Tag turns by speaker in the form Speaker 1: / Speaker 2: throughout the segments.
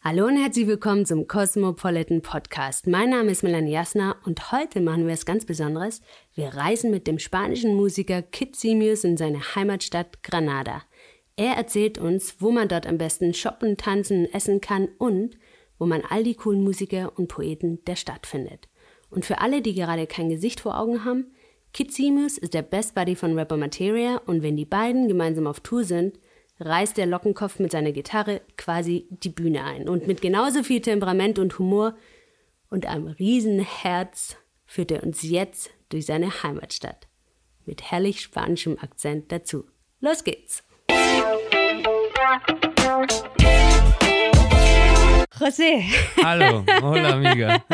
Speaker 1: Hallo und herzlich willkommen zum Cosmopolitan Podcast. Mein Name ist Melanie Jasner und heute machen wir was ganz Besonderes. Wir reisen mit dem spanischen Musiker Kit Simius in seine Heimatstadt Granada. Er erzählt uns, wo man dort am besten shoppen, tanzen, essen kann und wo man all die coolen Musiker und Poeten der Stadt findet. Und für alle, die gerade kein Gesicht vor Augen haben, Kit Simius ist der Best Buddy von Rapper Materia und wenn die beiden gemeinsam auf Tour sind, reißt der Lockenkopf mit seiner Gitarre quasi die Bühne ein. Und mit genauso viel Temperament und Humor und einem Riesenherz führt er uns jetzt durch seine Heimatstadt. Mit herrlich spanischem Akzent dazu. Los geht's! José,
Speaker 2: Hallo, hola amiga.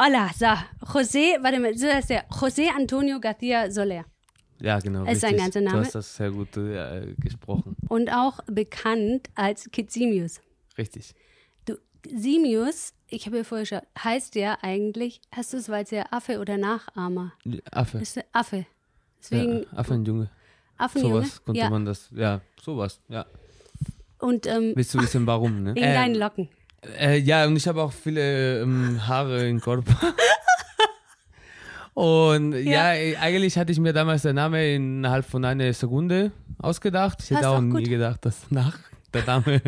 Speaker 1: hola, so, José, warte mal, so heißt der José Antonio García Soler.
Speaker 2: Ja, genau.
Speaker 1: Ist sein
Speaker 2: richtig.
Speaker 1: ganzer Name?
Speaker 2: Du hast das sehr gut äh, gesprochen.
Speaker 1: Und auch bekannt als Kid Simius.
Speaker 2: Richtig.
Speaker 1: Du, Simius, ich habe ja vorher schon, heißt ja eigentlich, hast du es, weil es ja Affe oder Nachahmer
Speaker 2: Affe.
Speaker 1: ist, ne? Affe. Deswegen
Speaker 2: Ja, Affenjunge.
Speaker 1: Affenjunge.
Speaker 2: Sowas konnte
Speaker 1: ja.
Speaker 2: man das. Ja, sowas. Ja.
Speaker 1: Und ähm,
Speaker 2: Willst du wissen, warum, ne?
Speaker 1: wegen deinen Locken.
Speaker 2: Äh, ja, und ich habe auch viele ähm, Haare im Körper. Und
Speaker 1: Ja.
Speaker 2: ja. äh, eigentlich hatte ich mir damals den Namen innerhalb von einer Sekunde ausgedacht. Ich
Speaker 1: Passt
Speaker 2: hätte auch
Speaker 1: auch
Speaker 2: nie
Speaker 1: gut.
Speaker 2: gedacht, dass nach der Name,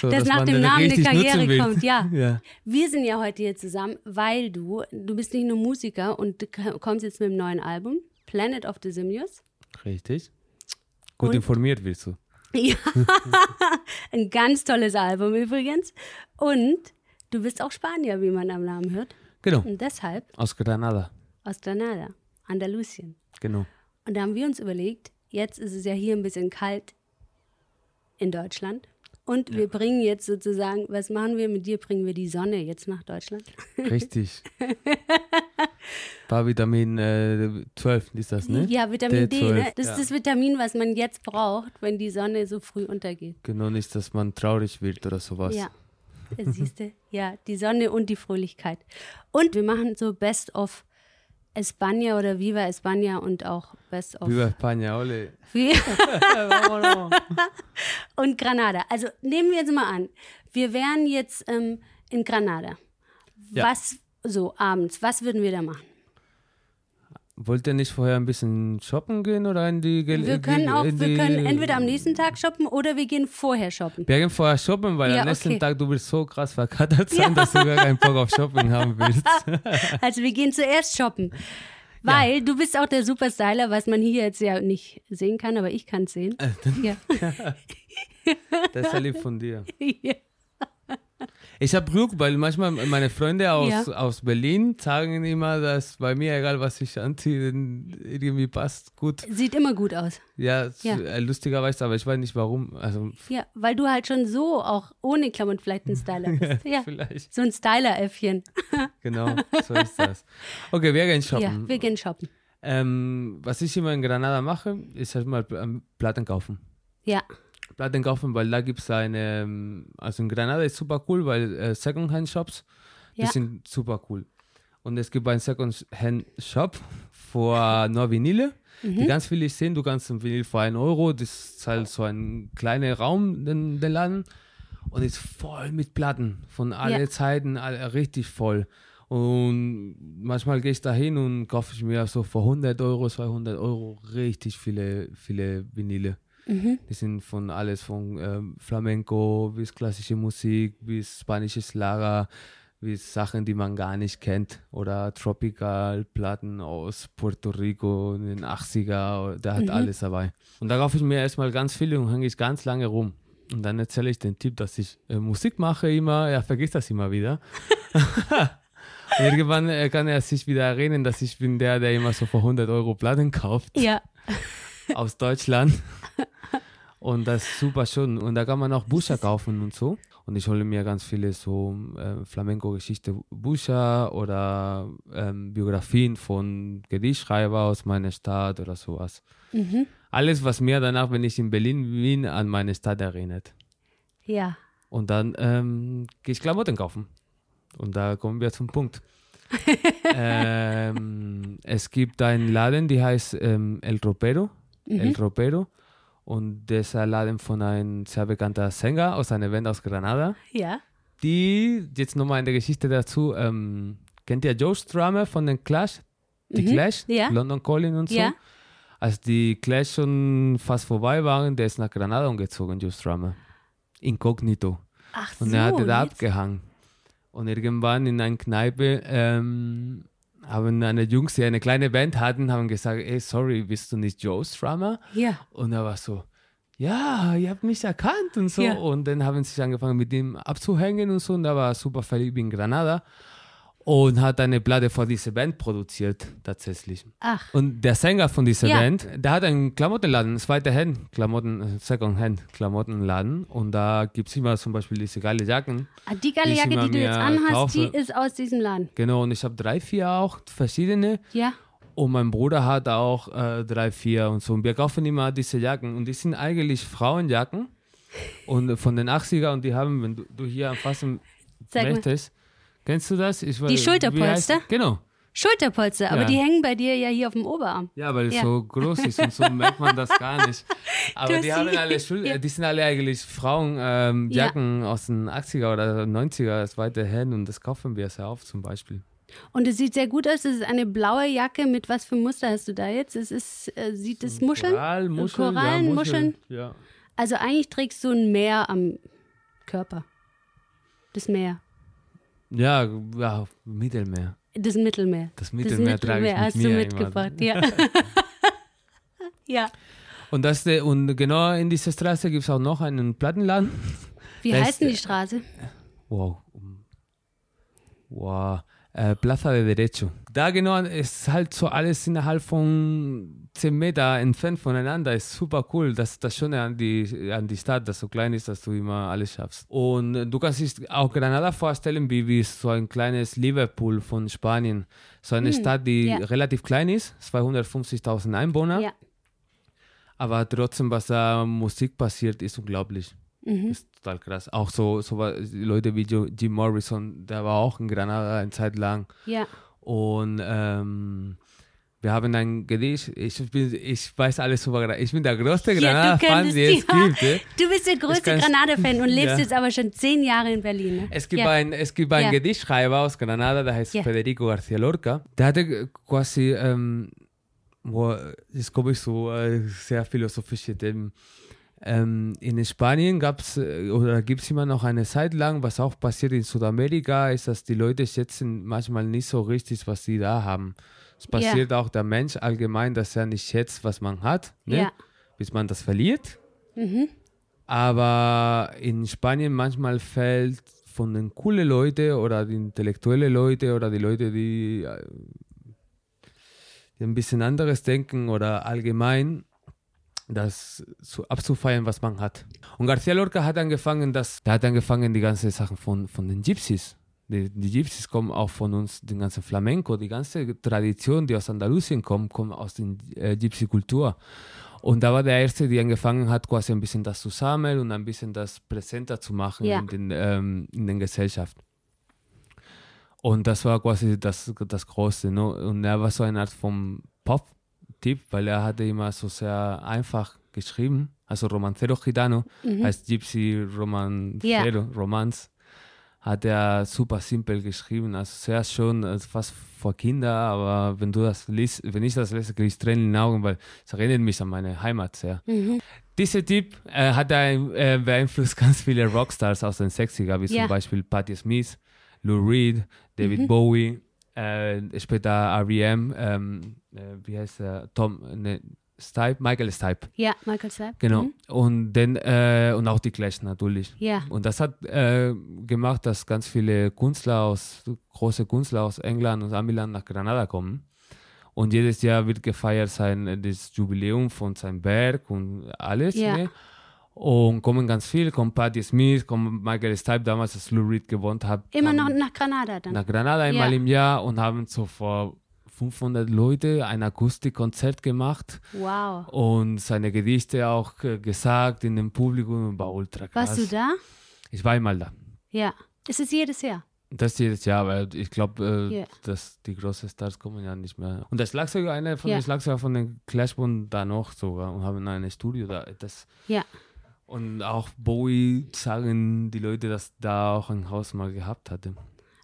Speaker 2: so,
Speaker 1: Dass
Speaker 2: dass
Speaker 1: nach
Speaker 2: man
Speaker 1: dem
Speaker 2: den
Speaker 1: Namen die
Speaker 2: richtig nutzen
Speaker 1: Karriere
Speaker 2: will.
Speaker 1: kommt, ja.
Speaker 2: ja.
Speaker 1: Wir sind ja heute hier zusammen, weil du, du bist nicht nur Musiker und du k- kommst jetzt mit dem neuen Album, Planet of the Simius.
Speaker 2: Richtig. Gut
Speaker 1: Und-
Speaker 2: informiert wirst du.
Speaker 1: Ja, ein ganz tolles Album übrigens. Und du bist auch Spanier, wie man am Namen hört.
Speaker 2: Genau.
Speaker 1: Und deshalb
Speaker 2: Aus Granada.
Speaker 1: aus Granada, Andalusien.
Speaker 2: Genau.
Speaker 1: Und da haben wir uns überlegt, jetzt ist es ja hier ein bisschen kalt in Deutschland. Und wir bringen jetzt sozusagen, was machen wir mit dir? Bringen wir die Sonne jetzt nach Deutschland?
Speaker 2: Richtig. War Vitamin äh, 12 ist das, ne?
Speaker 1: Ja, Vitamin D,
Speaker 2: D12,
Speaker 1: ne? Das
Speaker 2: ja.
Speaker 1: ist das Vitamin, was man jetzt braucht, wenn die Sonne so früh untergeht.
Speaker 2: Genau nicht, dass man traurig wird oder sowas.
Speaker 1: Ja. Siehst du? Ja, die Sonne und die Fröhlichkeit. Und wir machen so Best of España oder Viva España und auch Best of.
Speaker 2: Wie bei España, ole.
Speaker 1: Wie- und Granada. Also nehmen wir jetzt mal an, wir wären jetzt ähm, in Granada.
Speaker 2: Ja.
Speaker 1: Was so abends, was würden wir da machen?
Speaker 2: Wollt ihr nicht vorher ein bisschen shoppen gehen oder in die Gel
Speaker 1: Wir können
Speaker 2: in
Speaker 1: auch,
Speaker 2: in
Speaker 1: wir
Speaker 2: die-
Speaker 1: können entweder am nächsten Tag shoppen oder wir gehen vorher shoppen.
Speaker 2: Wir gehen vorher shoppen, weil
Speaker 1: Ja,
Speaker 2: am nächsten
Speaker 1: okay.
Speaker 2: Tag du wirst so krass verkatert sein, dass du gar keinen Bock auf Shopping haben willst.
Speaker 1: Also wir gehen zuerst shoppen. Weil du bist auch der Superstyler, was man hier jetzt ja nicht sehen kann, aber ich kann es sehen.
Speaker 2: Äh,
Speaker 1: ja.
Speaker 2: Das ist ja lieb von dir.
Speaker 1: ja.
Speaker 2: Ich habe Glück, weil manchmal meine Freunde aus,
Speaker 1: Ja.
Speaker 2: aus Berlin sagen immer, dass bei mir, egal was ich anziehe, irgendwie passt gut.
Speaker 1: Sieht immer gut aus.
Speaker 2: Ja,
Speaker 1: Ja.
Speaker 2: äh, lustigerweise, aber ich weiß nicht warum. Also
Speaker 1: Ja, weil du halt schon so auch ohne Klamotten vielleicht ein Styler bist. Ja.
Speaker 2: vielleicht,
Speaker 1: So ein Styler-Äffchen.
Speaker 2: genau, so ist das. Okay, wir gehen shoppen.
Speaker 1: Ja, wir gehen shoppen.
Speaker 2: ähm, was ich immer in Granada mache, ist halt mal ähm, Platten kaufen.
Speaker 1: Ja.
Speaker 2: Platten kaufen, weil da gibt es eine, ähm, also in Granada ist super cool, weil äh, Secondhand-Shops,
Speaker 1: Ja.
Speaker 2: die sind super cool. Und es gibt einen Secondhand-Shop für nur Vinyle,
Speaker 1: Mhm.
Speaker 2: die ganz viele ich sehen. Du kannst ein Vinyl für einen Euro, das ist halt so ein kleiner Raum, den, den Laden. Und ist voll mit Platten von allen
Speaker 1: Ja.
Speaker 2: Zeiten, all, richtig voll. Und manchmal gehe ich da hin und kaufe ich mir so für 100 Euro, 200 Euro richtig viele, viele Vinyle. Die sind von alles, von ähm, Flamenco bis klassische Musik, bis spanisches Lager, bis Sachen, die man gar nicht kennt. Oder Tropical-Platten aus Puerto Rico in den 80er, der hat alles dabei. Und da kaufe ich mir erstmal ganz viele und hänge ich ganz lange rum. Und dann erzähle ich den Tipp, dass ich äh, Musik mache immer, er vergisst das immer wieder. Und irgendwann äh, kann er sich wieder erinnern, dass ich bin der, der immer so für 100 Euro Platten kauft
Speaker 1: Ja.
Speaker 2: aus Deutschland. Und das ist super schön. Und da kann man auch Bücher kaufen und so. Und ich hole mir ganz viele so äh, Flamenco-Geschichte-Bücher oder ähm, Biografien von Gedichtschreiber aus meiner Stadt oder sowas. Alles, was mir danach, wenn ich in Berlin bin, an meine Stadt erinnert.
Speaker 1: Ja.
Speaker 2: Und dann ähm, gehe ich Klamotten kaufen. Und da kommen wir zum Punkt.
Speaker 1: Mhm.
Speaker 2: ähm, es gibt einen Laden, die heißt ähm, El Ropero. El Ropero. Und der ist erladen von einem sehr bekannten Sänger aus einer Band aus Granada.
Speaker 1: Ja.
Speaker 2: Die, jetzt nochmal in der Geschichte dazu, ähm, kennt ihr Joe Strummer von den Clash? Die Clash?
Speaker 1: Mhm. ja.
Speaker 2: London Calling und so?
Speaker 1: Ja.
Speaker 2: Als die Clash schon fast vorbei waren, der ist nach Granada umgezogen, Joe Strummer. Inkognito.
Speaker 1: Ach so.
Speaker 2: Und er hatte da
Speaker 1: jetzt-
Speaker 2: abgehangen. Und irgendwann in einer Kneipe ähm, haben eine Jungs, die eine kleine Band hatten, haben gesagt, ey, sorry, bist du nicht Joe Strummer?
Speaker 1: Ja.
Speaker 2: Und er war so, ja, ihr habt mich erkannt und so.
Speaker 1: Ja.
Speaker 2: Und dann haben sie angefangen, mit ihm abzuhängen und so. Und er war super verliebt in Granada und hat eine Platte für diese Band produziert, tatsächlich.
Speaker 1: Ach.
Speaker 2: Und der Sänger von dieser
Speaker 1: Ja.
Speaker 2: Band, der hat einen Klamottenladen, zweite Hand, Klamotten, äh, Second Hand, Klamottenladen. Und da gibt es immer zum Beispiel diese geile Jacken.
Speaker 1: Ah, Die geile
Speaker 2: Die ich
Speaker 1: Jacke,
Speaker 2: immer
Speaker 1: die du jetzt
Speaker 2: mir
Speaker 1: anhast, die
Speaker 2: kaufe.
Speaker 1: ist aus diesem Laden.
Speaker 2: Genau, und ich habe drei, vier auch, verschiedene.
Speaker 1: Ja.
Speaker 2: Und mein Bruder hat auch äh, drei, vier und so. Und wir kaufen immer diese Jacken. Und die sind eigentlich Frauenjacken und von den 80er. Und die haben, wenn du, du hier anfassen
Speaker 1: Zeig mal.
Speaker 2: möchtest, kennst du das? Ich, weiß-
Speaker 1: Die
Speaker 2: wie
Speaker 1: Schulterpolster?
Speaker 2: heißt- Genau.
Speaker 1: Schulterpolster, aber
Speaker 2: Ja.
Speaker 1: die hängen bei dir ja hier auf dem Oberarm.
Speaker 2: Ja, weil es
Speaker 1: Ja.
Speaker 2: so groß ist und so merkt man das gar nicht. Aber
Speaker 1: Tussi.
Speaker 2: die haben alle Schul die sind alle eigentlich Frauenjacken ähm,
Speaker 1: Ja.
Speaker 2: Jacken aus den 80er oder 90er, zweite Hand und das kaufen wir sehr oft zum Beispiel.
Speaker 1: Und es sieht sehr gut aus. Es ist eine blaue Jacke. Mit was für Muster hast du da jetzt? Es ist, äh, sieht es Muscheln? Äh,
Speaker 2: Koral, Muscheln,
Speaker 1: Korallen,
Speaker 2: ja,
Speaker 1: Muscheln.
Speaker 2: Ja.
Speaker 1: Also eigentlich trägst du ein Meer am Körper. Das Meer.
Speaker 2: Ja, ja, Mittelmeer.
Speaker 1: Das Mittelmeer.
Speaker 2: Das Mittelmeer
Speaker 1: das
Speaker 2: trage
Speaker 1: Mittelmeer
Speaker 2: ich mit
Speaker 1: hast
Speaker 2: mir
Speaker 1: du
Speaker 2: immer.
Speaker 1: mitgebracht. Ja. ja.
Speaker 2: Und, das, der- und genau in dieser Straße gibt es auch noch einen Plattenladen.
Speaker 1: Wie
Speaker 2: Das-
Speaker 1: heißt denn die Straße?
Speaker 2: Wow. Wow. Äh, Plaza de Derecho. Da genau ist halt so alles innerhalb von 10 Meter entfernt voneinander. Ist super cool. Das ist das Schöne an die, an die Stadt, dass so klein ist, dass du immer alles schaffst. Und äh, du kannst dich auch Granada vorstellen, wie, wie so ein kleines Liverpool von Spanien. So eine Stadt, die
Speaker 1: Hm. ja.
Speaker 2: relativ klein ist, 250.000 Einwohner.
Speaker 1: Ja.
Speaker 2: Aber trotzdem, was da Musik passiert, ist unglaublich.
Speaker 1: Mhm.
Speaker 2: Ist total krass. Auch so, so wa- Leute wie Jo- Jim Morrison, der war auch in Granada eine Zeit lang.
Speaker 1: Ja.
Speaker 2: Und ähm, wir haben ein Gedicht. Ich, bin, ich weiß alles über Granada. Ich bin der größte
Speaker 1: ja du
Speaker 2: Granada-Fan,
Speaker 1: könntest
Speaker 2: den es
Speaker 1: ja.
Speaker 2: gibt. eh.
Speaker 1: Du bist der
Speaker 2: Ich
Speaker 1: größte
Speaker 2: kann's-
Speaker 1: Granada-Fan und lebst
Speaker 2: Ja.
Speaker 1: jetzt aber schon zehn Jahre in Berlin. Ne?
Speaker 2: Es gibt,
Speaker 1: ja.
Speaker 2: ein, es gibt einen
Speaker 1: Ja.
Speaker 2: Gedichtschreiber aus Granada, der heißt
Speaker 1: Ja.
Speaker 2: Federico García Lorca. Der hatte quasi, ähm, wo, jetzt komme ich so äh, sehr philosophische Themen. Ähm, in Spanien gab es oder gibt es immer noch eine Zeit lang, was auch passiert in Südamerika, ist, dass die Leute schätzen manchmal nicht so richtig, was sie da haben. Es passiert auch der Mensch allgemein, dass er nicht schätzt, was man hat, ne?
Speaker 1: Ja.
Speaker 2: bis man das verliert. Aber in Spanien manchmal fällt von den coolen Leuten oder die intellektuellen Leute oder die Leute, die, äh, die ein bisschen anderes denken oder allgemein das zu, abzufeiern, was man hat. Und García Lorca hat angefangen, das, der hat angefangen, die ganzen Sachen von, von den Gypsies. Die, die Gypsies kommen auch von uns, den ganzen Flamenco, die ganze Tradition, die aus Andalusien kommt, kommt aus der äh, Gypsy-Kultur. Und da war der Erste, der angefangen hat, quasi ein bisschen das zu sammeln und ein bisschen das präsenter zu machen
Speaker 1: Ja.
Speaker 2: in, den, ähm, in den Gesellschaft. Und das war quasi das, das Große. Ne? Und er war so eine Art vom Pop-Typ, weil er hatte immer so sehr einfach geschrieben. Also Romancero Gitano heißt Gypsy Romancero, Romanz. Hat er super simpel geschrieben, also sehr schön, also fast vor Kinder, aber wenn du das liest, wenn ich das lese, kriege ich Tränen in den Augen, weil es erinnert mich an meine Heimat sehr.
Speaker 1: Mhm.
Speaker 2: Dieser Typ äh, hat ein, äh, beeinflusst ganz viele Rockstars aus den 60er, wie
Speaker 1: Ja. Mhm.
Speaker 2: zum Beispiel Patti Smith, Lou Reed, David Bowie, äh, später R.E.M., ähm, äh, wie heißt er, Tom, ne, Stipe, Michael Stipe,
Speaker 1: ja, Michael Stipe.
Speaker 2: genau.
Speaker 1: Mhm.
Speaker 2: Und, dann, äh, und auch die Clash natürlich.
Speaker 1: Ja.
Speaker 2: Und das hat äh, gemacht, dass ganz viele Künstler aus, große Künstler aus England und Amiland nach Granada kommen. Und jedes Jahr wird gefeiert sein, äh, das Jubiläum von seinem Werk und alles.
Speaker 1: Ja.
Speaker 2: Ne? Und kommen ganz viel, kommt Patti Smith, kommt Michael Stipe, damals als Lou Reed gewohnt hat.
Speaker 1: Immer
Speaker 2: kam
Speaker 1: noch nach Granada dann.
Speaker 2: nach Granada einmal im Jahr und haben so vor 500 Leute ein Akustikkonzert gemacht
Speaker 1: wow.
Speaker 2: und seine Gedichte auch äh, gesagt in dem Publikum und war ultra krass.
Speaker 1: Warst du da?
Speaker 2: Ich war einmal da.
Speaker 1: Ja. Es ist jedes Jahr.
Speaker 2: Das jedes Jahr, weil ich glaube, äh,
Speaker 1: Ja.
Speaker 2: dass die großen Stars kommen ja nicht mehr. Und der Schlagzeuger, einer von
Speaker 1: Ja.
Speaker 2: den Schlagzeuger von den Clashbone da noch sogar und haben ein Studio da. Das,
Speaker 1: Ja,
Speaker 2: und auch Bowie sagen die Leute, dass da auch ein Haus mal gehabt hatte.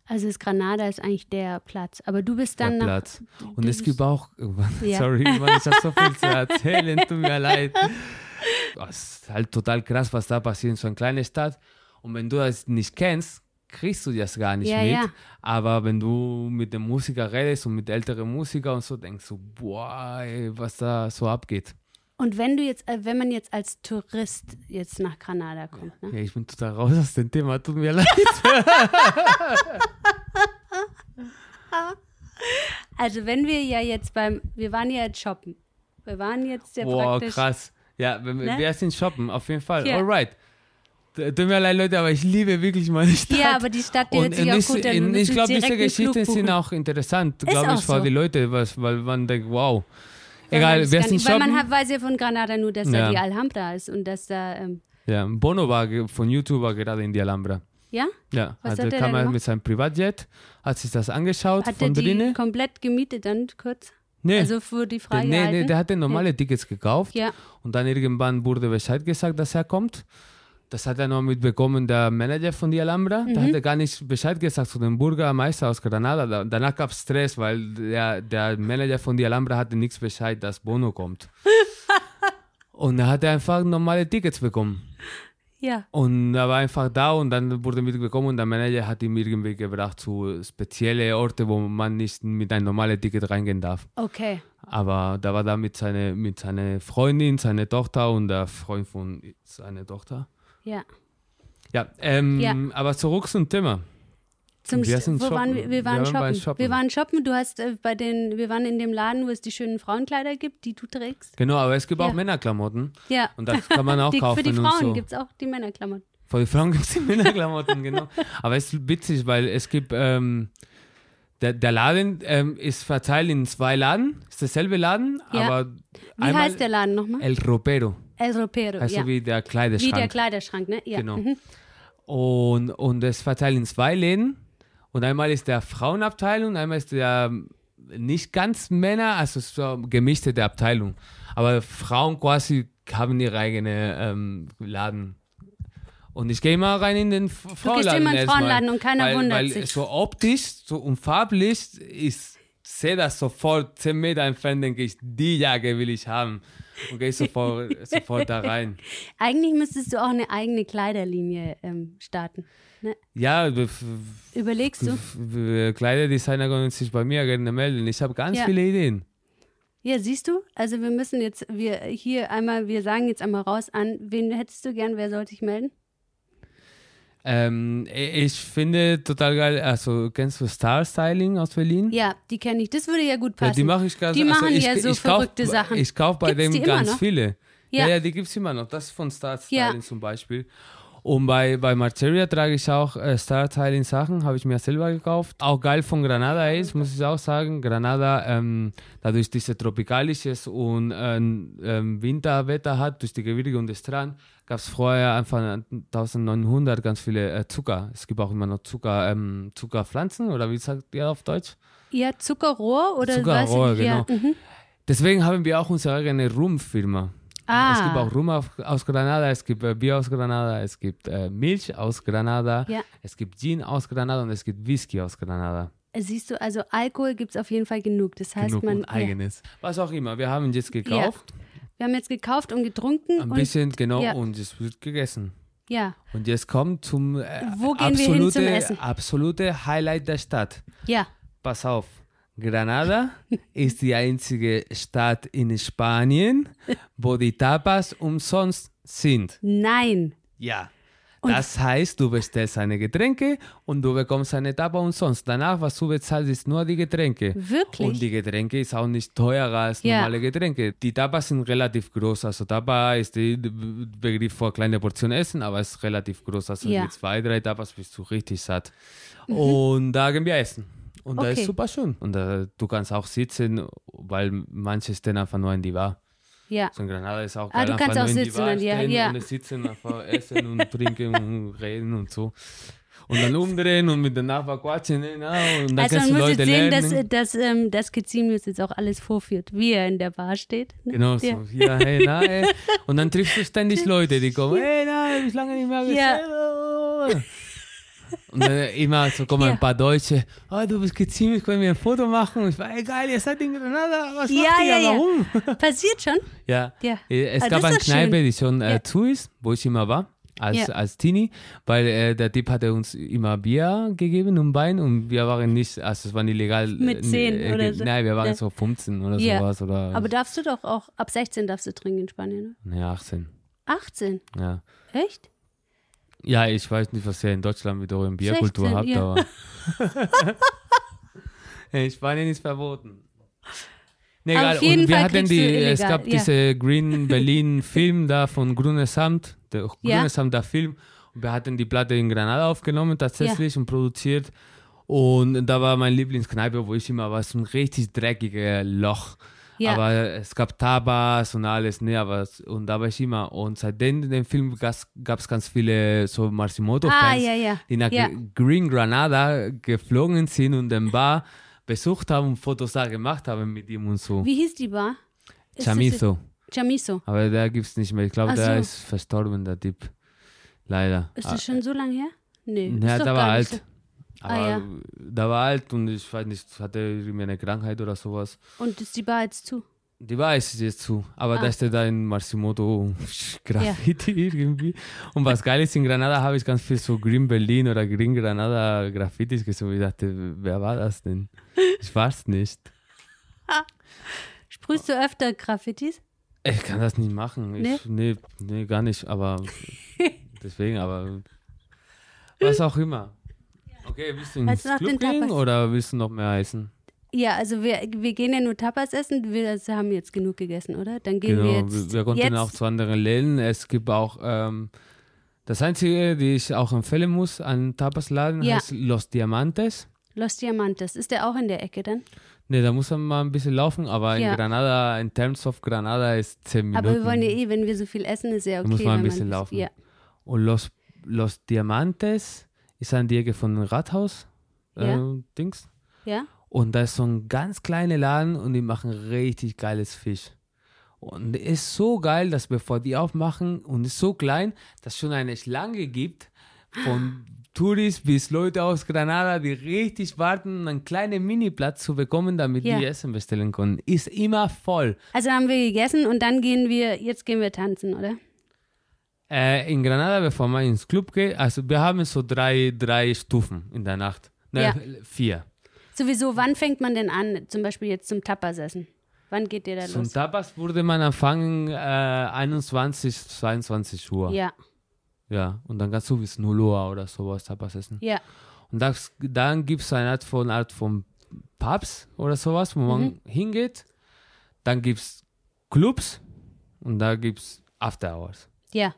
Speaker 1: also ist Granada ist eigentlich der Platz. Aber du bist dann
Speaker 2: der
Speaker 1: nach,
Speaker 2: Platz. Und
Speaker 1: du
Speaker 2: es gibt auch,
Speaker 1: Ja.
Speaker 2: sorry, Mann, ich habe so viel zu erzählen, tut mir leid. Es ist halt total krass, was da passiert in so einer kleinen Stadt. Und wenn du das nicht kennst, kriegst du das gar nicht
Speaker 1: Ja,
Speaker 2: mit.
Speaker 1: ja.
Speaker 2: Aber wenn du mit dem Musiker redest und mit älteren Musikern und so, denkst du, boah, ey, was da so abgeht.
Speaker 1: Und wenn du jetzt, äh, wenn man jetzt als Tourist jetzt nach Granada kommt, ne?
Speaker 2: Ja, ich bin total raus aus dem Thema, tut mir leid.
Speaker 1: Also wenn wir ja jetzt beim, wir waren ja jetzt shoppen. Wir waren jetzt ja
Speaker 2: Boah,
Speaker 1: praktisch.
Speaker 2: krass. Ja, wenn,
Speaker 1: Ne?
Speaker 2: wir sind shoppen, auf jeden Fall.
Speaker 1: Ja.
Speaker 2: Alright. T- Tut mir leid, Leute, aber ich liebe wirklich meine Stadt.
Speaker 1: Ja, aber die Stadt, die hört sich auch
Speaker 2: nicht-
Speaker 1: gut an. Wir
Speaker 2: in- ich
Speaker 1: müssen
Speaker 2: glaube,
Speaker 1: direkt
Speaker 2: diese
Speaker 1: einen Flug
Speaker 2: Geschichten sind
Speaker 1: buchen.
Speaker 2: auch interessant, glaube
Speaker 1: auch
Speaker 2: ich, für
Speaker 1: so.
Speaker 2: die Leute, was, weil man denkt, wow.
Speaker 1: Weil man
Speaker 2: Egal,
Speaker 1: das
Speaker 2: wer
Speaker 1: gar
Speaker 2: sind
Speaker 1: nicht- Weil man
Speaker 2: shoppen?
Speaker 1: hat, weiß ja von Granada nur, dass da
Speaker 2: Ja.
Speaker 1: die Alhambra ist und dass da, ähm,
Speaker 2: Ja, Bono war ge- von YouTube war gerade in die Alhambra.
Speaker 1: ja?
Speaker 2: Ja,
Speaker 1: Was
Speaker 2: also
Speaker 1: hat er
Speaker 2: kam
Speaker 1: denn
Speaker 2: er
Speaker 1: gemacht?
Speaker 2: mit seinem Privatjet, hat sich das angeschaut
Speaker 1: Hat er
Speaker 2: von
Speaker 1: die
Speaker 2: drinnen.
Speaker 1: komplett gemietet dann kurz?
Speaker 2: Nee,
Speaker 1: Also für die
Speaker 2: der,
Speaker 1: Frage
Speaker 2: nee, nee,
Speaker 1: halten?
Speaker 2: der hatte normale Tickets gekauft.
Speaker 1: ja.
Speaker 2: Und dann irgendwann wurde Bescheid gesagt, dass er kommt. Das hat er noch mitbekommen, der Manager von die Alhambra. Da hat er gar nicht Bescheid gesagt zu dem Bürgermeister aus Granada. Da, danach gab es Stress, weil der, der Manager von die Alhambra hatte nichts Bescheid, dass Bono kommt. und da hat er einfach normale Tickets bekommen.
Speaker 1: ja.
Speaker 2: Und er war einfach da und dann wurde mitbekommen und der Manager hat ihn irgendwie gebracht zu speziellen Orten, wo man nicht mit einem normalen Ticket reingehen darf.
Speaker 1: Okay.
Speaker 2: Aber da war da mit seiner mit seine Freundin, seine Tochter und der Freund von seiner Tochter.
Speaker 1: Ja.
Speaker 2: Ja, ähm,
Speaker 1: Ja.
Speaker 2: aber zurück zum Thema.
Speaker 1: Zum
Speaker 2: Wir
Speaker 1: St-
Speaker 2: sind
Speaker 1: wo waren
Speaker 2: shoppen.
Speaker 1: wir? Wir waren,
Speaker 2: Wir waren bei
Speaker 1: shoppen.
Speaker 2: shoppen.
Speaker 1: Wir waren shoppen. Du hast äh, bei den, wir waren in dem Laden, wo es die schönen Frauenkleider gibt, die du trägst.
Speaker 2: Genau, aber es gibt
Speaker 1: Ja.
Speaker 2: auch Männerklamotten.
Speaker 1: Ja.
Speaker 2: Und das kann man auch
Speaker 1: die,
Speaker 2: kaufen.
Speaker 1: für die
Speaker 2: und
Speaker 1: Frauen
Speaker 2: so.
Speaker 1: gibt es auch die Männerklamotten.
Speaker 2: Für die Frauen gibt es die Männerklamotten, genau. Aber es ist witzig, weil es gibt, ähm, der, der Laden ähm, ist verteilt in zwei Laden. Ist derselbe Laden,
Speaker 1: Ja.
Speaker 2: aber
Speaker 1: Wie
Speaker 2: einmal
Speaker 1: heißt der Laden nochmal?
Speaker 2: El Ropero.
Speaker 1: El Ropero.
Speaker 2: Also
Speaker 1: ja.
Speaker 2: wie der Kleiderschrank.
Speaker 1: Wie der Kleiderschrank, ne? Ja.
Speaker 2: Genau.
Speaker 1: Mhm.
Speaker 2: Und, und es verteilt in zwei Läden. Und einmal ist der Frauenabteilung, einmal ist der ähm, nicht ganz Männer, also so gemischte der Abteilung. Aber Frauen quasi haben ihre eigene ähm, Laden. Und ich gehe immer rein in den F- Frauenladen.
Speaker 1: immer in den
Speaker 2: erstmal,
Speaker 1: Frauenladen und keiner
Speaker 2: weil,
Speaker 1: wundert
Speaker 2: weil
Speaker 1: sich.
Speaker 2: So optisch so und farblich ist sehe das sofort, 10 Meter entfernt, denke ich, die Jacke will ich haben. Und gehe sofort, sofort da rein.
Speaker 1: Eigentlich müsstest du auch eine eigene Kleiderlinie ähm, starten. Ne?
Speaker 2: Ja, bef-
Speaker 1: Überlegst
Speaker 2: Mhm.
Speaker 1: du?
Speaker 2: W- w- Kleiderdesigner können sich bei mir gerne melden. Ich habe ganz
Speaker 1: Ja.
Speaker 2: viele Ideen.
Speaker 1: Ja, siehst du? Also wir müssen jetzt, wir hier einmal, wir sagen jetzt einmal raus an, wen hättest du gern, wer soll sich melden?
Speaker 2: Ähm, i- ich finde total geil, also kennst du Star Styling aus Berlin?
Speaker 1: Ja, die kenne ich. Das würde ja gut
Speaker 2: Ja,
Speaker 1: passen.
Speaker 2: die mache ich ganz
Speaker 1: Die
Speaker 2: also
Speaker 1: machen
Speaker 2: ich,
Speaker 1: ja so
Speaker 2: ich kauf-
Speaker 1: verrückte Sachen.
Speaker 2: Ich kaufe bei
Speaker 1: Gibt's die
Speaker 2: dem
Speaker 1: immer
Speaker 2: ganz
Speaker 1: noch?
Speaker 2: viele.
Speaker 1: Ja.
Speaker 2: Ja, ja, die gibt es immer noch. Das ist von Star
Speaker 1: Ja.
Speaker 2: Styling zum Beispiel. Und bei, bei Marteria trage ich auch äh, Star Styling Sachen, habe ich mir selber gekauft. Auch geil von Granada ist, muss ich auch sagen. Granada, ähm, dadurch diese tropikalisches und ähm, ähm, Winterwetter hat, durch die Gebirge und den Strand, gab es vorher Anfang 1900 ganz viele äh, Zucker. Es gibt auch immer noch Zucker, ähm, Zuckerpflanzen oder wie sagt ihr auf Deutsch?
Speaker 1: ja, Zuckerrohr oder
Speaker 2: Zuckerrohr,
Speaker 1: was? Ja,
Speaker 2: genau.
Speaker 1: mhm.
Speaker 2: Deswegen haben wir auch unsere eigene Rum-Firma.
Speaker 1: Ah.
Speaker 2: Es gibt auch Rum auf, aus Granada, es gibt äh, Bier aus Granada, es gibt äh, Milch aus Granada,
Speaker 1: Ja.
Speaker 2: es gibt Gin aus Granada und es gibt Whisky aus Granada.
Speaker 1: Siehst du, also Alkohol gibt es auf jeden Fall genug. Das heißt,
Speaker 2: Genug
Speaker 1: man.
Speaker 2: und eigenes. Was auch immer, wir haben jetzt gekauft,
Speaker 1: Ja, wir haben jetzt gekauft und getrunken
Speaker 2: ein
Speaker 1: und
Speaker 2: bisschen, genau,
Speaker 1: ja.
Speaker 2: und es wird gegessen.
Speaker 1: ja,
Speaker 2: Und jetzt kommt zum, äh,
Speaker 1: Wo gehen wir hin zum
Speaker 2: absolute,
Speaker 1: Essen?
Speaker 2: absolute Highlight der Stadt.
Speaker 1: ja.
Speaker 2: Pass auf, Granada ist die einzige Stadt in Spanien, wo die Tapas umsonst sind.
Speaker 1: Nein.
Speaker 2: Ja. das heißt, du bestellst eine Getränke und du bekommst eine Tapa umsonst. Danach, was du bezahlst, ist nur die Getränke.
Speaker 1: Wirklich?
Speaker 2: Und die Getränke ist auch nicht teurer als
Speaker 1: Ja.
Speaker 2: normale Getränke. Die Tapas sind relativ groß. Also Tapa ist der Begriff für kleine Portion Essen, aber es ist relativ groß. Also
Speaker 1: Ja. Mhm.
Speaker 2: mit zwei, drei Tapas bist du richtig satt. Und da gehen wir essen. Und da
Speaker 1: Okay.
Speaker 2: ist super schön. Und äh, du kannst auch sitzen, weil manche stehen einfach nur in die Bar.
Speaker 1: Ja.
Speaker 2: So in Granada ist auch
Speaker 1: Ah,
Speaker 2: geil,
Speaker 1: du kannst
Speaker 2: einfach
Speaker 1: auch
Speaker 2: nur in die
Speaker 1: sitzen
Speaker 2: Bar
Speaker 1: und ja,
Speaker 2: stehen
Speaker 1: ja.
Speaker 2: und sitzen, einfach essen und trinken und reden und so. Und dann umdrehen und mit den Nachbarn quatschen. ne, na, Und dann
Speaker 1: Also
Speaker 2: kannst
Speaker 1: man
Speaker 2: du
Speaker 1: muss
Speaker 2: Leute
Speaker 1: jetzt sehen,
Speaker 2: lernen. ne?
Speaker 1: dass, äh, dass, ähm, dass Kizimius jetzt auch alles vorführt, wie er in der Bar steht. ne?
Speaker 2: Genau so.
Speaker 1: Ja.
Speaker 2: Ja, hey, na, ey. Und dann triffst du ständig Leute, die kommen, hey, na, hab ich lange nicht mehr gesehen. Und dann immer so kommen
Speaker 1: Ja.
Speaker 2: ein paar Deutsche, oh, du bist geziemlich, können wir ein Foto machen? Und ich war, ey, geil, ihr seid in Granada, was
Speaker 1: Ja,
Speaker 2: macht ihr,
Speaker 1: ja, ja.
Speaker 2: warum?
Speaker 1: Passiert schon?
Speaker 2: Ja.
Speaker 1: Ja.
Speaker 2: Äh, Es
Speaker 1: Ah, das
Speaker 2: gab
Speaker 1: ist
Speaker 2: eine
Speaker 1: doch schön.
Speaker 2: Kneipe, die schon äh,
Speaker 1: Ja.
Speaker 2: zu ist, wo ich immer war, als,
Speaker 1: Ja.
Speaker 2: als Teenie, weil äh, der Typ hatte uns immer Bier gegeben und Wein und wir waren nicht, also es war illegal.
Speaker 1: Mit
Speaker 2: äh,
Speaker 1: 10
Speaker 2: äh,
Speaker 1: oder
Speaker 2: ge-
Speaker 1: so.
Speaker 2: Nein, wir waren
Speaker 1: Ja.
Speaker 2: so 15 oder
Speaker 1: Ja.
Speaker 2: sowas oder
Speaker 1: Aber darfst du doch auch, ab 16 darfst du trinken in Spanien, ne?
Speaker 2: nee, 18.
Speaker 1: 18,
Speaker 2: Ja.
Speaker 1: echt?
Speaker 2: Ja, ich weiß nicht, was ihr in Deutschland mit eurer Bierkultur
Speaker 1: 16,
Speaker 2: habt,
Speaker 1: ja.
Speaker 2: aber. in Spanien ist verboten. Nee,
Speaker 1: Auf
Speaker 2: egal.
Speaker 1: jeden
Speaker 2: Und wir
Speaker 1: Fall
Speaker 2: hatten
Speaker 1: kriegst du
Speaker 2: die, es
Speaker 1: illegal,
Speaker 2: gab
Speaker 1: ja.
Speaker 2: diese Green Berlin Film da von Grünes Amt, der
Speaker 1: Ja.
Speaker 2: Grünes Amt der Film. Und wir hatten die Platte in Granada aufgenommen tatsächlich und produziert. Und da war mein Lieblingskneipe, wo ich immer war, so ein richtig dreckiger Loch.
Speaker 1: Ja. Ah,
Speaker 2: Aber es gab Tabas und alles, ne, aber es- und da war ich immer. Und seitdem in dem Film gab es ganz viele so Marsimoto-Fans,
Speaker 1: Ah, ja, ja.
Speaker 2: die nach
Speaker 1: Ja.
Speaker 2: Ge- Green Granada geflogen sind und den Bar besucht haben und Fotos da gemacht haben mit ihm und so.
Speaker 1: Wie hieß die Bar? Ist das-
Speaker 2: Chamizo.
Speaker 1: Chamizo.
Speaker 2: Aber der gibt's nicht mehr. Ich glaube,
Speaker 1: Ach
Speaker 2: der
Speaker 1: so.
Speaker 2: ist verstorben, der Typ. Leider.
Speaker 1: Ist das schon so lange her? Nee.
Speaker 2: Ah, äh, Ja,
Speaker 1: ist doch
Speaker 2: da war
Speaker 1: gar nicht
Speaker 2: alt.
Speaker 1: Ah,
Speaker 2: Aber
Speaker 1: ja.
Speaker 2: da war alt und ich weiß nicht, hatte irgendwie eine Krankheit oder sowas.
Speaker 1: So. Und ist die Bar jetzt zu?
Speaker 2: Die weiß es jetzt zu, aber
Speaker 1: Ah.
Speaker 2: da steht da in Marsimoto Graffiti irgendwie. Und was geil ist, in Granada habe ich ganz viel so Green Berlin oder Green Granada Graffitis gesehen. Ich dachte, wer war das denn? Ich weiß nicht.
Speaker 1: Sprühst du öfter Graffitis?
Speaker 2: Ich kann das nicht machen. Ich, nee. nee, gar nicht, aber deswegen, aber was auch immer. Okay, willst du ins
Speaker 1: Willst du noch den
Speaker 2: Club gehen
Speaker 1: Tapas?
Speaker 2: oder willst du noch mehr essen?
Speaker 1: Ja, also wir, wir gehen ja nur Tapas essen. Wir das haben jetzt genug gegessen, oder? Dann gehen wir
Speaker 2: Genau,
Speaker 1: jetzt.
Speaker 2: wir, wir konnten
Speaker 1: jetzt,
Speaker 2: auch zu anderen Läden. Es gibt auch ähm, das einzige, die ich auch empfehlen muss, an Tapasladen
Speaker 1: Ja.
Speaker 2: heißt Los Diamantes.
Speaker 1: Los Diamantes. Ist der auch in der Ecke dann?
Speaker 2: Ne, da muss man mal ein bisschen laufen, aber in
Speaker 1: Ja.
Speaker 2: Granada, in terms of Granada ist 10 Minuten.
Speaker 1: Aber wir wollen ja eh, wenn wir so viel essen, ist ja okay.
Speaker 2: Da muss man ein
Speaker 1: wenn
Speaker 2: bisschen laufen.
Speaker 1: Ja.
Speaker 2: Und Los, Los Diamantes ist an die Ecke von Rathaus. Äh,
Speaker 1: Ja.
Speaker 2: Dings.
Speaker 1: ja?
Speaker 2: Und da ist so ein ganz kleiner Laden und die machen richtig geiles Fisch. Und ist so geil, dass bevor die aufmachen und ist so klein, dass schon eine Schlange gibt von Touris bis Leute aus Granada, die richtig warten, um einen kleinen Mini-Platz zu bekommen, damit
Speaker 1: Ja.
Speaker 2: die Essen bestellen können. Ist immer voll.
Speaker 1: Also haben wir gegessen und dann gehen wir, jetzt gehen wir tanzen, oder?
Speaker 2: Äh, in Granada, bevor man ins Club geht, also wir haben so drei, drei Stufen in der Nacht. Ne,
Speaker 1: Ja.
Speaker 2: Vier.
Speaker 1: Sowieso, wann fängt man denn an, zum Beispiel jetzt zum Tapas essen? Wann geht ihr da
Speaker 2: Zum
Speaker 1: los?
Speaker 2: Tapas würde man anfangen äh, 21, 22 Uhr.
Speaker 1: Ja,
Speaker 2: Ja, und dann kannst du bis 0 Uhr oder sowas Tapas essen.
Speaker 1: ja.
Speaker 2: Und das, dann gibt es eine Art von, Art von Pubs oder sowas, wo man
Speaker 1: Mhm.
Speaker 2: hingeht. Dann gibt es Clubs und da gibt es After Hours.
Speaker 1: Ja,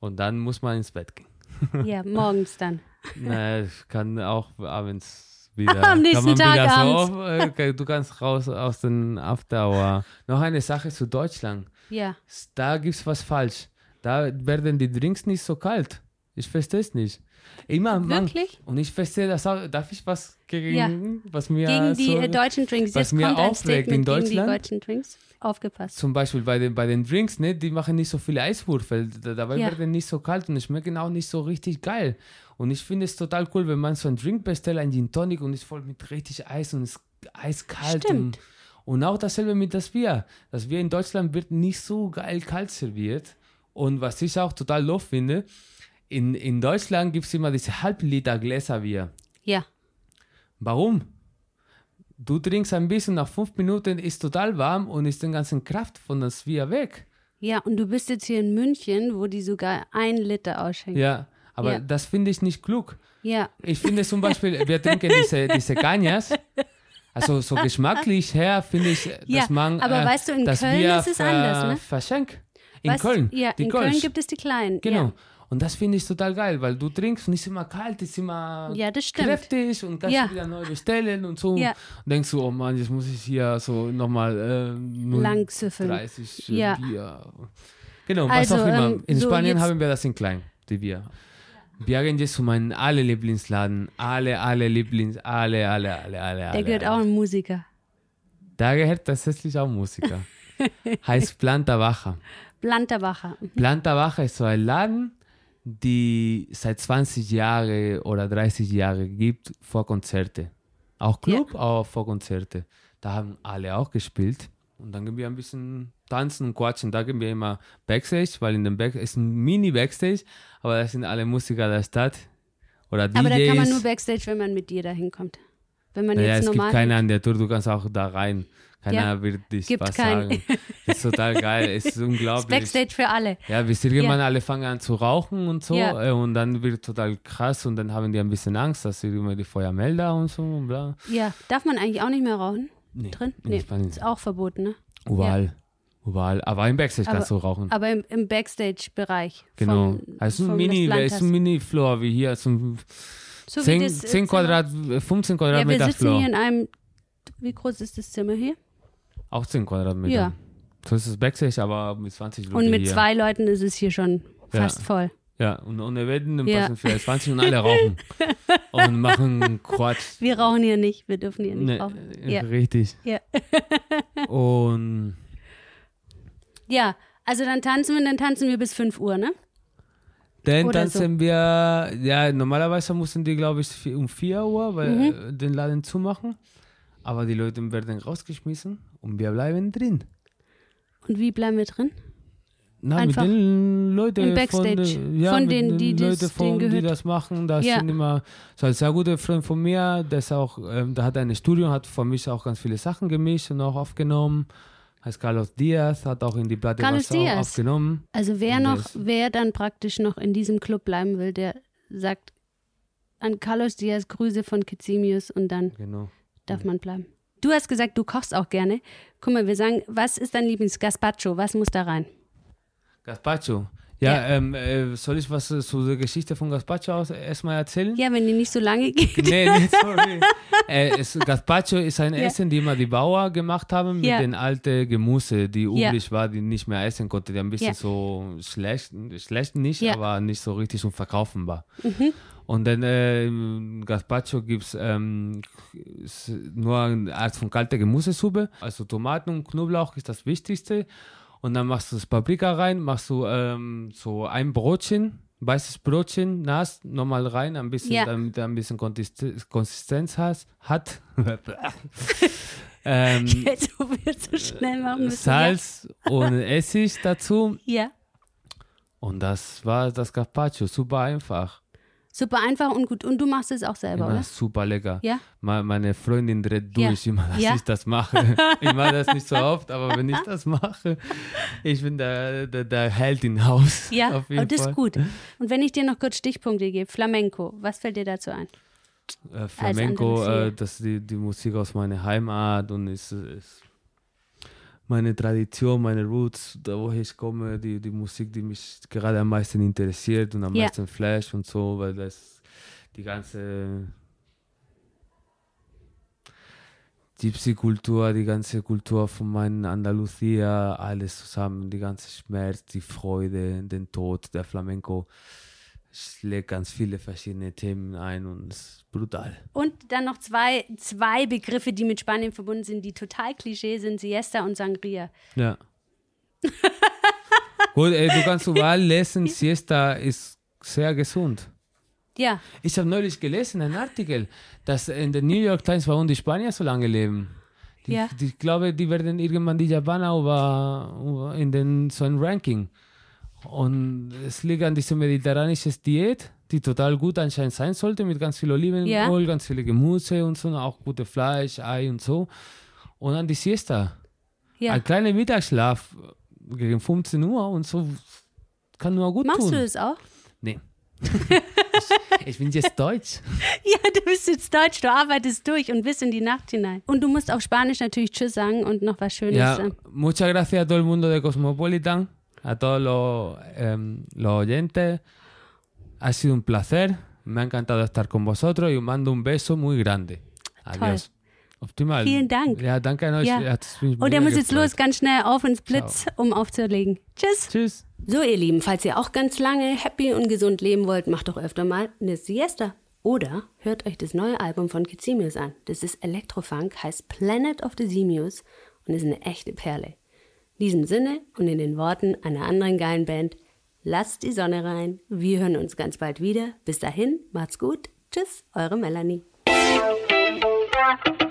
Speaker 2: Und dann muss man ins Bett gehen.
Speaker 1: ja, morgens dann.
Speaker 2: Na, ich kann auch abends wieder.
Speaker 1: Am nächsten
Speaker 2: kann man
Speaker 1: Tag
Speaker 2: wieder
Speaker 1: abends.
Speaker 2: So, äh, okay, du kannst raus aus den After Hour. Noch eine Sache zu Deutschland.
Speaker 1: Ja.
Speaker 2: Da gibt's was falsch. Da werden die Drinks nicht so kalt. Ich verstehe es nicht. Immer man-
Speaker 1: Wirklich?
Speaker 2: Und ich verstehe das auch. Darf ich was gegen,
Speaker 1: Ja.
Speaker 2: was mir
Speaker 1: Gegen die
Speaker 2: so,
Speaker 1: äh, deutschen Drinks.
Speaker 2: was
Speaker 1: Jetzt
Speaker 2: mir
Speaker 1: kommt ein
Speaker 2: aufregt in
Speaker 1: Statement gegen die
Speaker 2: Deutschland-
Speaker 1: deutschen Drinks. Aufgepasst.
Speaker 2: zum Beispiel bei den, bei den Drinks, ne, die machen nicht so viele Eiswürfel, da- dabei
Speaker 1: Ja.
Speaker 2: werden nicht so kalt und schmecken auch nicht so richtig geil. Und ich finde es total cool, wenn man so einen Drink bestellt, einen Gin Tonic und ist voll mit richtig Eis und ist eiskalt.
Speaker 1: Stimmt.
Speaker 2: Und, und auch dasselbe mit das Bier. Das Bier in Deutschland wird nicht so geil kalt serviert. Und was ich auch total doof finde, in, in Deutschland gibt es immer diese Halbliter Gläser Bier.
Speaker 1: Ja,
Speaker 2: Warum? Du trinkst ein bisschen, nach fünf Minuten ist total warm und ist den ganzen Kraft von das Bier weg.
Speaker 1: ja. Und du bist jetzt hier in München, wo die sogar ein Liter ausschenken.
Speaker 2: Ja, aber
Speaker 1: Ja.
Speaker 2: das finde ich nicht klug.
Speaker 1: Ja.
Speaker 2: Ich finde zum Beispiel, wir trinken diese, diese Cañas. Also so geschmacklich her finde ich, dass
Speaker 1: Ja,
Speaker 2: man äh,
Speaker 1: aber weißt du, in
Speaker 2: das
Speaker 1: Köln
Speaker 2: Bier
Speaker 1: ist es
Speaker 2: ver-
Speaker 1: anders, ne?
Speaker 2: verschenkt. In
Speaker 1: Weißt-
Speaker 2: Köln.
Speaker 1: Ja,
Speaker 2: die
Speaker 1: in Köln
Speaker 2: Kölsch.
Speaker 1: gibt es die kleinen.
Speaker 2: Genau.
Speaker 1: Ja.
Speaker 2: Und das finde ich total geil, weil du trinkst und ist immer kalt, ist immer
Speaker 1: Ja, das stimmt.
Speaker 2: kräftig und kannst
Speaker 1: Ja.
Speaker 2: wieder neu bestellen und so.
Speaker 1: Ja.
Speaker 2: Und denkst du, oh Mann, jetzt muss ich hier so nochmal äh,
Speaker 1: Lang süffeln.
Speaker 2: 30
Speaker 1: Ja.
Speaker 2: Bier. Genau, was
Speaker 1: Also,
Speaker 2: auch immer.
Speaker 1: ähm,
Speaker 2: in
Speaker 1: so
Speaker 2: Spanien
Speaker 1: jetzt-
Speaker 2: haben wir das in klein, die Bier. Biagenjes von meinen alle Lieblingsladen. Alle, alle Lieblings, alle, alle, alle, alle.
Speaker 1: Der gehört auch ein Musiker.
Speaker 2: Da gehört tatsächlich auch Musiker. heißt Planta Baja.
Speaker 1: Blanterbacher.
Speaker 2: Planta Baja ist so ein Laden, die seit 20 Jahren oder 30 Jahren gibt vor Konzerte. Auch Club, auch vor Konzerte. Da haben alle auch gespielt. Und dann gehen wir ein bisschen tanzen und quatschen. Da gehen wir immer Backstage, weil in dem Backstage ist ein Mini-Backstage, aber da sind alle Musiker der Stadt oder DJs.
Speaker 1: Aber da kann man nur Backstage, wenn man mit dir da hinkommt. Wenn man
Speaker 2: Naja,
Speaker 1: jetzt
Speaker 2: es gibt
Speaker 1: normal.
Speaker 2: keinen an der Tour, du kannst auch da rein. Keiner
Speaker 1: Ja,
Speaker 2: wird dich
Speaker 1: gibt
Speaker 2: was
Speaker 1: keinen.
Speaker 2: sagen. Das ist total geil, es ist
Speaker 1: ist
Speaker 2: unglaublich.
Speaker 1: Backstage für alle.
Speaker 2: Ja, bis irgendwann alle fangen an zu rauchen und so.
Speaker 1: Ja.
Speaker 2: äh, Und dann wird total krass und dann haben die ein bisschen Angst, dass sie immer die Feuermelder und so und bla.
Speaker 1: Ja, darf man eigentlich auch nicht mehr rauchen?
Speaker 2: Nee,
Speaker 1: Drin?
Speaker 2: in
Speaker 1: Nee,
Speaker 2: Spanien.
Speaker 1: ist auch verboten, ne?
Speaker 2: Überall. Überall. Aber im Backstage
Speaker 1: Aber-
Speaker 2: kannst du rauchen.
Speaker 1: Aber im, im Backstage-Bereich.
Speaker 2: Genau.
Speaker 1: vom-
Speaker 2: Also ein
Speaker 1: vom
Speaker 2: Mini,
Speaker 1: Las
Speaker 2: ist ein
Speaker 1: Plantas.
Speaker 2: Mini-Floor wie hier. So ein
Speaker 1: So wie
Speaker 2: 10,
Speaker 1: das, äh,
Speaker 2: 10
Speaker 1: Zimmer.
Speaker 2: Quadrat, 15
Speaker 1: Ja, wir
Speaker 2: Quadratmeter
Speaker 1: sitzen
Speaker 2: Floor.
Speaker 1: hier in einem. Wie groß ist das Zimmer hier?
Speaker 2: Auch 10 Quadratmeter.
Speaker 1: Ja.
Speaker 2: So ist es Backstage, aber mit 20 Leuten.
Speaker 1: Und mit
Speaker 2: hier.
Speaker 1: zwei Leuten ist es hier schon
Speaker 2: Ja.
Speaker 1: fast voll.
Speaker 2: Ja, und ohne Wetten, dann
Speaker 1: Ja.
Speaker 2: passen vielleicht 20 und alle rauchen. und machen Quatsch.
Speaker 1: Wir rauchen hier nicht, wir dürfen hier nicht
Speaker 2: Nee, äh,
Speaker 1: rauchen. Ja.
Speaker 2: Ne, Richtig.
Speaker 1: Ja.
Speaker 2: Und
Speaker 1: ja, also dann tanzen wir, dann tanzen wir bis 5 Uhr, ne?
Speaker 2: dann
Speaker 1: Oder
Speaker 2: tanzen wir, ja, normalerweise mussten die, glaube ich, vi- um 4 Uhr weil,
Speaker 1: Mhm.
Speaker 2: äh, den Laden zumachen. Aber die Leute werden rausgeschmissen und wir bleiben drin.
Speaker 1: Und wie bleiben wir drin?
Speaker 2: Na,
Speaker 1: Einfach
Speaker 2: mit den
Speaker 1: im
Speaker 2: Leuten
Speaker 1: Backstage.
Speaker 2: Von, den- ja,
Speaker 1: Von
Speaker 2: mit
Speaker 1: denen, die das-
Speaker 2: Leute, von,
Speaker 1: denen
Speaker 2: die
Speaker 1: gehört.
Speaker 2: das machen. Da
Speaker 1: Ja.
Speaker 2: sind immer so ein sehr guter Freund von mir, der ist auch, ähm, der hat ein Studio, hat von mich auch ganz viele Sachen gemischt und auch aufgenommen. Heißt Carlos Diaz, hat auch in die Platte
Speaker 1: Carlos
Speaker 2: was auch
Speaker 1: Diaz.
Speaker 2: aufgenommen.
Speaker 1: Also wer
Speaker 2: Und
Speaker 1: noch,
Speaker 2: das-
Speaker 1: wer dann praktisch noch in diesem Club bleiben will, der sagt an Carlos Diaz Grüße von Kizimius und dann
Speaker 2: Genau.
Speaker 1: darf man bleiben. Du hast gesagt, du kochst auch gerne. Guck mal, wir sagen, was ist dein Lieblingsgazpacho? Was muss da rein?
Speaker 2: Gazpacho. Ja, Ähm, äh, soll ich was äh, zu der Geschichte von Gazpacho aus erstmal erzählen?
Speaker 1: Ja, wenn die nicht so lange geht.
Speaker 2: Nee, nee, sorry. äh, es, Gazpacho ist ein Essen, die immer die Bauer gemacht haben mit
Speaker 1: Ja.
Speaker 2: den alten Gemüse, die
Speaker 1: Ja.
Speaker 2: üblich war, die nicht mehr essen konnte. Die ein bisschen
Speaker 1: Ja.
Speaker 2: so schlecht, schlecht nicht,
Speaker 1: Ja. Mhm.
Speaker 2: aber nicht so richtig und verkaufen war. Und dann äh, im Gazpacho gibt es ähm, s- nur eine Art von kalter Gemüsesuppe. Also Tomaten und Knoblauch ist das Wichtigste. Und dann machst du das Paprika rein, machst du ähm, so ein Brotchen, weißes Brotchen, nass, nochmal rein, ein bisschen,
Speaker 1: Ja.
Speaker 2: damit er ein bisschen Konsistenz, Konsistenz has, hat. ähm,
Speaker 1: Jetzt, wo wir so schnell machen müssen.
Speaker 2: Salz und Essig dazu.
Speaker 1: Ja. ja.
Speaker 2: Und das war das Gazpacho. Super einfach.
Speaker 1: Super einfach und gut. Und du machst es auch selber,
Speaker 2: Immer
Speaker 1: oder?
Speaker 2: super lecker.
Speaker 1: Ja.
Speaker 2: Me- Meine Freundin dreht
Speaker 1: Ja.
Speaker 2: durch immer, dass
Speaker 1: Ja.
Speaker 2: ich das mache. Ich mache das nicht so oft, aber wenn ich das mache, ich bin der, der, der Held im Haus.
Speaker 1: Ja,
Speaker 2: auf jeden
Speaker 1: oh, das
Speaker 2: Fall.
Speaker 1: ist gut. Und wenn ich dir noch kurz Stichpunkte gebe, Flamenco, was fällt dir dazu ein?
Speaker 2: Äh, Flamenco,
Speaker 1: anderes
Speaker 2: äh, das ist die, die Musik aus meiner Heimat und ist, ist meine Tradition, meine Roots, da woher ich komme, die, die Musik, die mich gerade am meisten interessiert und am
Speaker 1: Ja.
Speaker 2: meisten flash und so, weil das die ganze Gypsy-Kultur, die ganze Kultur von meinen Andalusia, alles zusammen, die ganze Schmerz, die Freude, den Tod, der Flamenco schlägt ganz viele verschiedene Themen ein und ist brutal.
Speaker 1: Und dann noch zwei, zwei Begriffe, die mit Spanien verbunden sind, die total Klischee sind, Siesta und Sangria.
Speaker 2: Ja. Gut, ey, du kannst überall lesen, Siesta ist sehr gesund.
Speaker 1: Ja,
Speaker 2: Ich habe neulich gelesen, einen Artikel, dass in der New York Times, warum die Spanier so lange leben. Die,
Speaker 1: Ja.
Speaker 2: die, ich glaube, die werden irgendwann die Japaner über, über in den, so ein Ranking. Und es liegt an dieser mediterranischen Diät, die total gut anscheinend sein sollte, mit ganz viel Olivenöl,
Speaker 1: Ja.
Speaker 2: ganz viel Gemüse und so, auch gute Fleisch, Ei und so. Und an die Siesta.
Speaker 1: ja.
Speaker 2: Ein kleiner Mittagsschlaf gegen 15 Uhr und so kann nur gut
Speaker 1: Machst
Speaker 2: tun.
Speaker 1: du das auch?
Speaker 2: Nee. ich, ich bin jetzt deutsch.
Speaker 1: Ja, du bist jetzt Deutsch, du arbeitest durch und bis in die Nacht hinein. Und du musst auf Spanisch natürlich Tschüss sagen und noch was Schönes
Speaker 2: Ja,
Speaker 1: sagen.
Speaker 2: muchas gracias a todo el mundo de Cosmopolitan, a todos los, em, los oyentes. Ha sido un placer. Me ha encantado estar con vosotros y os mando un beso muy grande.
Speaker 1: Toll.
Speaker 2: Adiós. Optimal.
Speaker 1: Vielen Dank.
Speaker 2: Ja, danke an euch.
Speaker 1: Ja.
Speaker 2: Ja, das bin ich
Speaker 1: Und er
Speaker 2: mega
Speaker 1: muss jetzt
Speaker 2: gefreut.
Speaker 1: los, ganz schnell auf ins Blitz, um aufzulegen. Tschüss.
Speaker 2: Tschüss.
Speaker 1: So, ihr Lieben, falls ihr auch ganz lange happy und gesund leben wollt, macht doch öfter mal eine Siesta. Oder hört euch das neue Album von Kizimius an. Das ist Elektrofunk, heißt Planet of the Simius und ist eine echte Perle. In diesem Sinne und in den Worten einer anderen geilen Band, lasst die Sonne rein. Wir hören uns ganz bald wieder. Bis dahin, macht's gut. Tschüss, eure Melanie.
Speaker 3: Thank you.